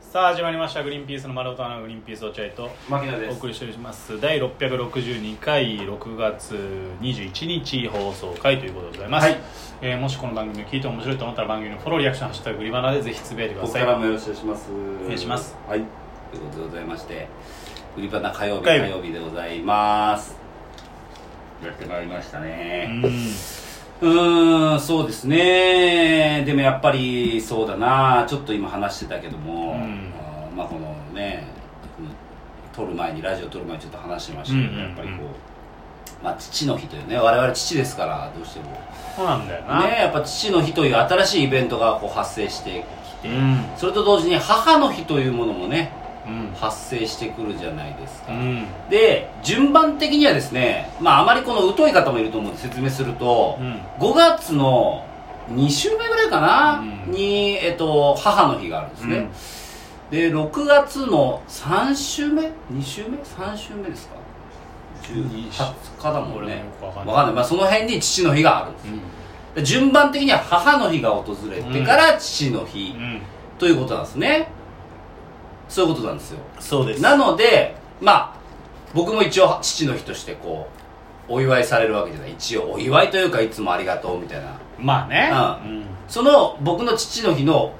さあ始まりました「グリーンピースの丸太のグリーンピース落合」と牧野おです送りしております第662回6月21日放送回ということでございます、はいえーもしこの番組を聞いて面白いと思ったら番組のフォローリアクション「ハッシュタググリバナ」でぜひつぶやいてくだ僕さかいらもよろしくお願いしますお願いしますはいということでございまして売り場な火曜日火火曜日曜日でございますやってまいりましたうねんうーんそうですねでもやっぱりそうだなちょっと今話してたけども、うんあーまあこのね撮る前にラジオ撮る前にちょっと話してましたけど、うんうんうんやっぱりこうまあ父の日というね我々父ですからどうしてもそうなんだよな、ねやっぱ父の日という新しいイベントがこう発生してきうて、んうんそれと同時に母の日というものもね発生してくるじゃないですうか、んで順番的にはですねまああまりこの疎い方もいると思うんで説明すると、うん5月の2週目ぐらいかな、うんに、えっと、母の日があるんですね、で6月の3週目2週目3週目ですかに20日だうん、もん俺もねよくわかんわないかんない、まあ、その辺に父の日があるんですで順番的には母の日が訪れてから父の日、うん、うん、ということなんですねそういうことなんですよそうですなのでまあ僕も一応父の日としてこうお祝いされるわけじゃない一応お祝いというかいつもありがとうみたいなまあねうその僕の父の日の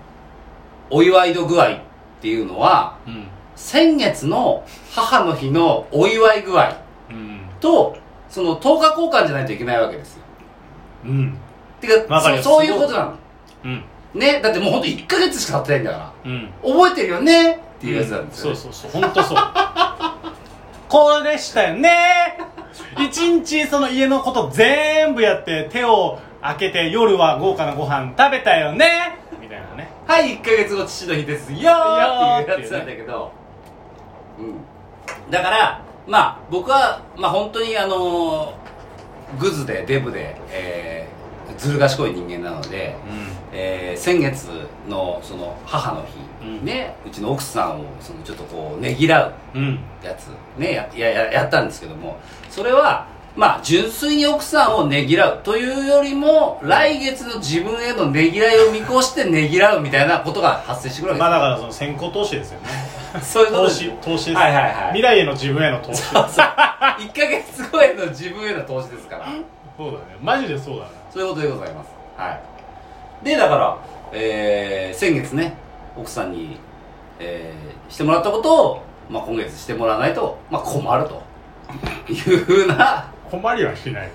お祝い度具合っていうのはうんうん先月の母の日のお祝い具合うんとその10日交換じゃないといけないわけですようんてかわかるよそそういうことなのうんねだってもうほんと1ヶ月しか経ってないんだからうん覚えてるよねっていうやつなんですよ、ねそうそうそう本当そう これでしたよね一日その家のこと全部やって手を開けて夜は豪華なご飯食べたよねみたいなねはい、1ヶ月後父の日ですよーっていうやつなんだけど。うん。だから、まあ、僕は、まあ本当にあのーグズで、デブで、えー、ずる賢い人間なので、えー先月のその母の日、うんね、うちの奥さんをそのちょっとこう、ねぎらううんうんやつ、ね、ややややったんですけども、それは、まあ、純粋に奥さんをねぎらうというよりも、来月の自分へのねぎらいを見越してねぎらうみたいなことが発生してくるまあわだからその先行投資ですよねけです。そういうこと投で資す。投資です、はいはいはい未来への自分への投資そう1ヶ月後への自分への投資ですから。だねマジでそうだねそういうことでございます。はい。で、だから、えー、先月ね、奥さんに、えー、してもらったことを、まあ、今月してもらわないと、まあ、困ると。いうふうな、困りはしない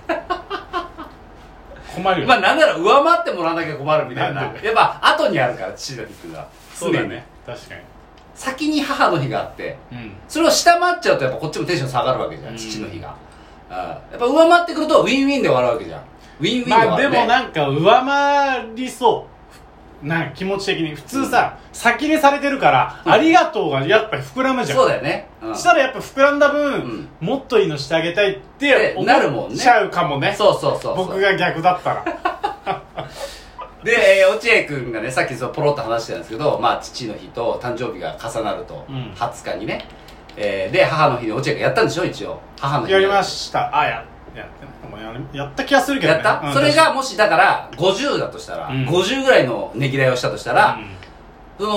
困るよ、まあなんなら上回ってもらわなきゃ困るみたいななんでやっぱ後にあるから父の日っていうのはそうだ常にね確か先に母の日があってにうんそれを下回っちゃうとやっぱこっちもテンション下がるわけじゃん、うん父の日がうんやっぱ上回ってくるとウィンウィンで終わるわけじゃんウィンウィンで終まあわでる、ねもなんか上回りそうなんか気持ち的に普通さ、先にされてるから、ありがとうがやっぱり膨らむじゃんそうだよね、うんしたらやっぱ膨らんだ分、うんもっといいのしてあげたいって思なるもんっねちゃうかもねそうそうそうそう僕が逆だったら で、えー落合君がねさっきそうポロッと話してたんですけど、まあ、父の日と誕生日が重なると、うん20日にね、えーで母の日に落合君やったんでしょ一応母の日にやりましたあややってもやるやった気がするけど、やね、った、うんそれがもしだから50だとしたら、うん50ぐらいのねぎらいをしたとした確らか、その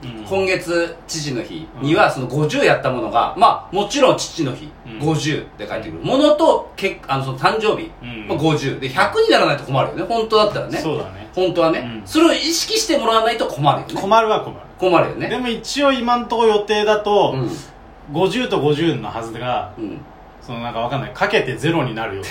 にうん今月父の日にはその50やったものがまあもちろん父の日、うん50って書いてくるものとけあのその誕生日、うんまあ、50で100にならないと困るよね本当だったらねそうだね本当はね、うんそれを意識してもらわないと困るよね困るは困る困るよでねも一応今んとこ予定だとう、ん、 50と50のはずがうん、そのなんかわかんないかけてゼロになる予定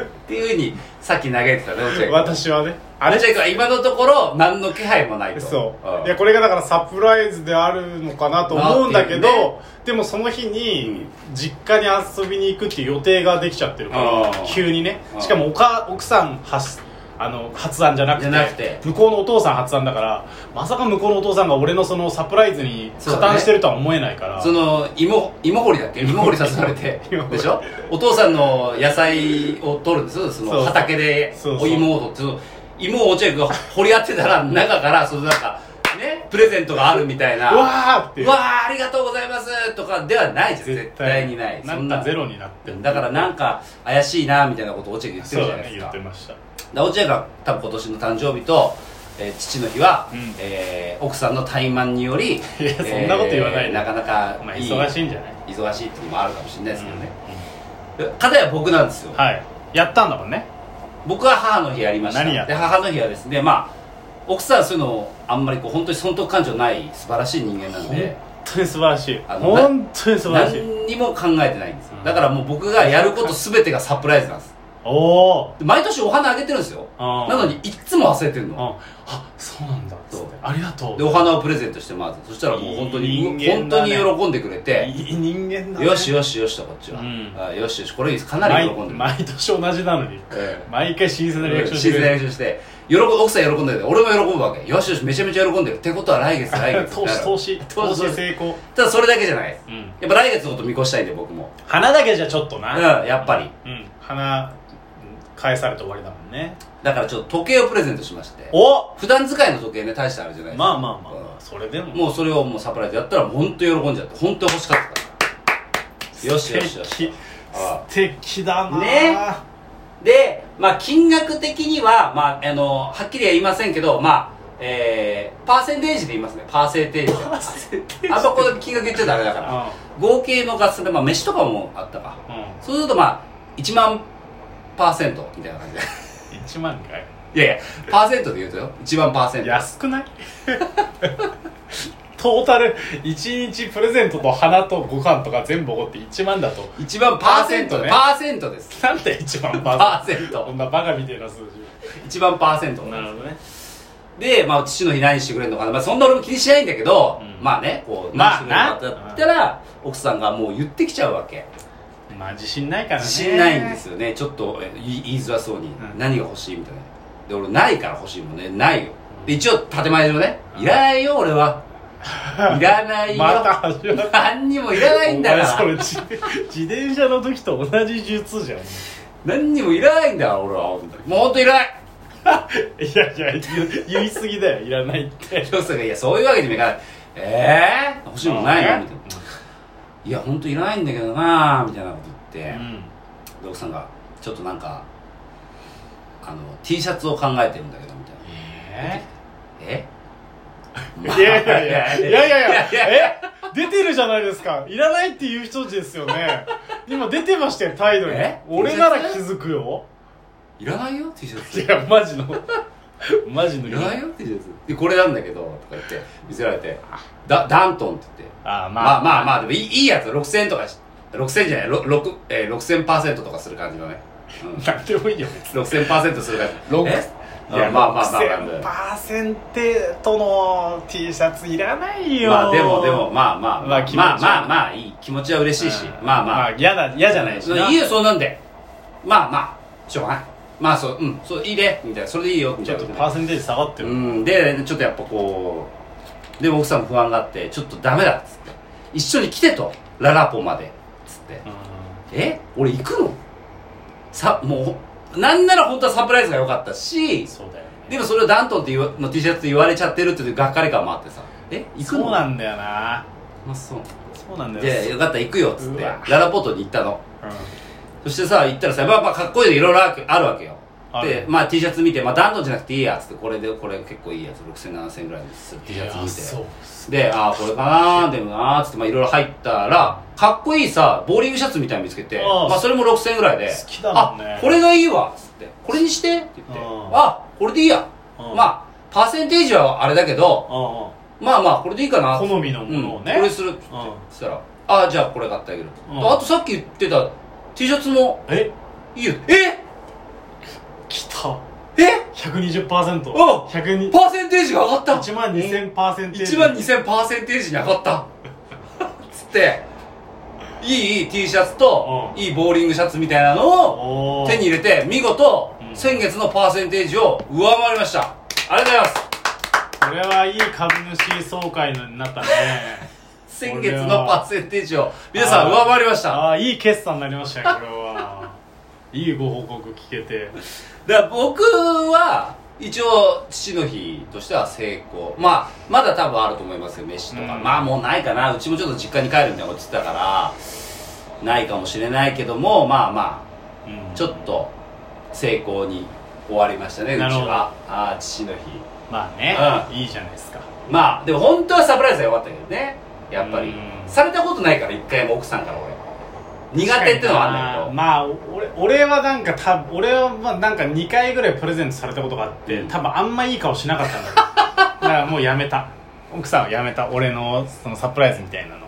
っていうふうにさっき投げてたね落合君私はねあ落合れ君は今のところ何の気配もないとそううんいやこれがだからサプライズであるのかなと思うんだけど、なっていうでもその日に実家に遊びに行くっていう予定ができちゃってるかあらー急にねあーしかもおか奥さん発あの発案じゃなくてじゃなくて向こうのお父さん発案だからまさか向こうのお父さんが俺のそのサプライズに加担してるとは思えないからその芋芋掘りだっけ芋掘り誘われて芋掘りでしょお父さんの野菜を取るんですよそそうそのう畑でそうそうお芋を取ってその芋を落合君が掘り当てたら中からそのなんかねプレゼントがあるみたいなうわーってうわーありがとうございますとかではないじゃん絶対にないなそんんかなゼロになってるだからなんか怪しいなみたいなことを落合君言ってそうるじゃだないねです言っかてましたで落合が多分今年の誕生日とえー父の日は、うんえー奥さんの怠慢によりいやそんなこと言わないでなかなかまあ忙しいんじゃない忙しいっていうのもあるかもしれないですけどね、うかたや僕なんですよ、んはいやったんだもんね僕は母の日やりました何やったで母の日はですねまあ奥さんはそういうのをあんまりこう本当に損得感情ない素晴らしい人間なん本で当に素晴らしいあの本当に素晴らしい何にも考えてないんですようんだからもう僕がやること全てがサプライズなんですおおで毎年お花あげてるんですよあーなのにいっつも忘れてるーのああそうなんだそうありがとでお花をプレゼントしてまずそしたらもう本当にいい人間本だ当ねに喜んでくれていい人間だねよしよしよしとこっちは、うんあよしよしこれいいですかなり毎喜んでる、毎年同じなのにええ毎回新鮮なリアクションして自く然れるなリアクションして喜ぶ奥さん喜んでる俺も喜ぶわけよしよしめちゃめちゃ喜んでるってことは来月 来月投資投資投投資資成功ただそれだけじゃないうんやっぱ来月のこと見越したいんで僕も花だけじゃちょっとうんなやっぱりうん花返されて終わりだもんねだからちょっと時計をプレゼントしましてお普段使いの時計ね大したあれじゃないですまあまあまあまあそれでももうそれをもうサプライズやったら本当喜んじゃって本当欲しかったよしよしよ素し敵あ素敵だなねでまあ金額的にはまああのはっきりは言いませんけどまあえー、パーセンテージで言いますねパーセンテージパーセンテージあそこで金額言っちゃダメだかうら合計の合算でまあ飯とかもあったかんうんそうするとまあ1万パーセントみたいな感じで 1万回いやいや、パーセントで言うとよ。1万パーセント。安くない トータル1日プレゼントと花とご飯とか全部おごって1万だと1万パーセントパーセントねパーセントです。なんで1万パパーセンーこト。んなバカみたいな数1万パーセント字。なるほどねで、まあ、父の日何してくれるのかな。まあ、そんな俺も気にしないんだけど、うんまあね、こう、ま何あしてくれるのかなだったら、奥さんがもう言ってきちゃうわけ。まあ自信ないからね自信ないんですよね。ちょっとえ言い言いづらそうに、ん何が欲しいみたいな。で、俺ないから欲しいもんね。ないよ。で、一応、建前上ね、いらないよ、俺は。いらないよ。また始まる何にもいらないんだから。お前それ自自転車の時と同じ術じゃん何にもいらないんだよ俺はもうほんといらないいやいや言言い過ぎだよいらないって広瀬が「いやそういうわけにもいかない」「ええー、欲しいもんないの?」みたいな「いやほんといらないんだけどな」みたいなこと言って、うんで奥さんが「ちょっとなんかあの T シャツを考えてるんだけど」みたいなえ「えー いやいやい やいやいやいやいやえ出てるじゃないですかいらないっていう人ですよね今出てましたよ態度にえ俺なら気づくよいらないよ T シャツ」いやマジのマジのいらないよ T シャツ」で「これなんだけど」とか言って見せられて「だダントン」って言ってああままああまあまあでもいいいいやつ6000円とかし6000じゃないろ6えー6000%とかする感じのね、うん、なんでもいいよ6000%するから 六えいやまあまあまあま6000パーセンテートの T シャツいらないよあまあでもでもまあまあままああ気持ちまあまあまあいい気持ちは嬉しいしうんまあまあ嫌だ嫌じゃないしいいよそんなんでまあまあしょうがないまあそううんそういいねみたいなそれでいいよちみたょっいなとパーセンテージ下がってる、うんでちょっとやっぱこうで奥さんも不安があってちょっとダメだっつって一緒に来てとララポまでっつってえ俺行くのさもうなんなら本当はサプライズが良かったしそうだよねでもそれをダントンって言わの T シャツって言われちゃってるっていうがっかり感もあってさえ行くのそうなんだよなあそうそうなんだよじゃあよかったら行くよっつっうてわララポートに行ったのうんそしてさ行ったらさまあまあかっこいいのいろいろあるあるわけよあるで、まあ、T シャツ見て、まあ、ダントンじゃなくていいやつってこれでこれ結構いいやつ60007000ぐらいの T シャいやツそ見うてでああこれかなーでもなーっつってまあいろいろ入ったらかっこいいさボーリングシャツみたいに見つけてああまあ、それも6000ぐらいで好きだもんねあこれがいいわっつってこれにしてって言ってうんあこれでいいやうんまあパーセンテージはあれだけどうまあまあこれでいいかなっつってんうん好みのものをね、ううん、こんれするって言ってそしたら「ああじゃあこれ買ってあげる」うんあとさっき言ってた T シャツもえいいよえ来たえ 120%120% お1パーセンテージが上がった万2000% 1万2000パーセンテージに上がったつっていいいい T シャツと、うんいいボーリングシャツみたいなのをおー手に入れて見事、うん先月のパーセンテージを上回りましたありがとうございますこれはいい株主総会になったね先月のパーセンテージを皆さん上回りましたああいい決算になりましたねこれはいいご報告聞けてだから僕は一応父の日としては成功まあまだ多分あると思いますよ飯とか、うんまあもうないかなうちもちょっと実家に帰るみたいなこと言ってたからないかもしれないけどもまあまうんあちょっと成功に終わりましたねうちなるほどはああ父の日まあね、ういいじゃないですかまあでも本当はサプライズで終わったけどねやっぱうりんされたことないから一回も奥さんから俺苦手っていうのはあんだけどまあ俺俺はなんかた俺はまあなんか2回ぐらいプレゼントされたことがあって、うん多分あんまいい顔しなかったんだけ どだからもうやめた奥さんはやめた俺のそのサプライズみたいなの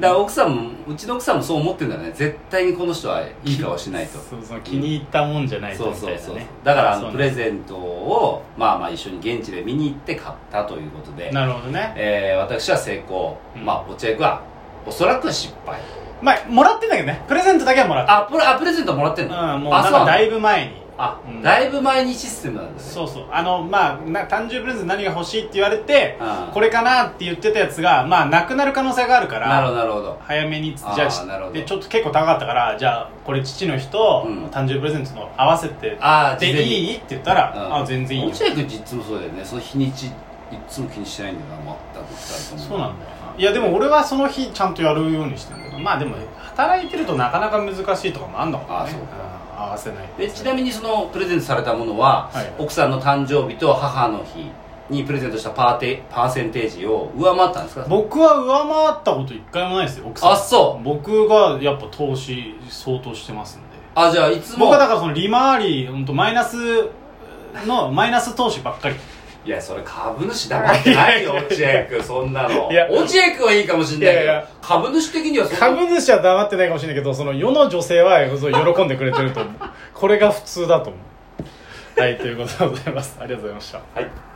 だから奥さんもうちの奥さんもそう思ってんだね絶対にこの人はいい顔しないとそうその気に入ったもんじゃないとそうみたいな、そね、うそうだからそあうのねプレゼントをまあまあ一緒に現地で見に行って買ったということで、なるほどねえー私は成功、うんまあ落合君はおそらく失敗まあもらってんだけどねプレゼントだけはもらったあプレあプレゼントもらってんのうんもうあなんかだだいいぶ前にあ、うんだいぶ前にシステムなんだねそうそうあのまあな誕生日プレゼント何が欲しいって言われてうんこれかなって言ってたやつがまあなくなる可能性があるからなるほどなるほど早めにつあーじゃなるほあどでちょっと結構高かったからじゃあこれ父の日とうん誕生日プレゼントの合わせてあーで事前にいいって言ったら、うんあ全然いいよ落合君いつもそうだよねその日にちいつも気にしてないんだよな全く二人ともそうなんだよないやでも俺はその日ちゃんとやるようにしてんだけどまあでも働いてるとなかなか難しいとかもあんのかもあーねそうかん合わせないでちなみにそのプレゼントされたものは、はい奥さんの誕生日と母の日にプレゼントしたパーテパーセンテージを上回ったんですか僕は上回ったこと一回もないですよ奥さんあそう僕がやっぱ投資相当してますんであじゃあいつも僕はだからその利回り本当マイナスのマイナス投資ばっかりいやそれ株主だからってないよ落合君そんなのいや落合君はいいかもしんないけどいやいや株主的にはそんな株主は黙ってないかもしれないけどその世の女性はそう喜んでくれてると思うこれが普通だと思うはいということでございますありがとうございましたはい